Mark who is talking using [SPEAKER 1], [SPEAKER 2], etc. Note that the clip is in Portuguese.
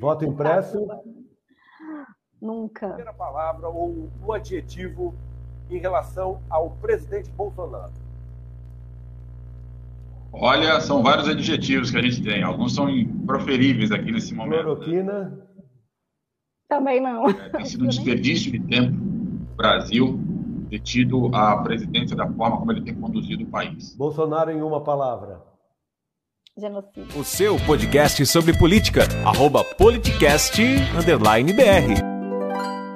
[SPEAKER 1] Voto impresso?
[SPEAKER 2] Nunca.
[SPEAKER 3] primeira palavra ou o adjetivo em relação ao presidente Bolsonaro?
[SPEAKER 4] Olha, são vários adjetivos que a gente tem. Alguns são improferíveis aqui nesse momento.
[SPEAKER 1] Cloroquina?
[SPEAKER 2] Também não.
[SPEAKER 4] É, tem sido um desperdício de tempo no Brasil ter tido a presidência da forma como ele tem conduzido o país.
[SPEAKER 1] Bolsonaro em uma palavra.
[SPEAKER 2] Genocídio.
[SPEAKER 5] O seu podcast sobre política, arroba politicast, underline BR.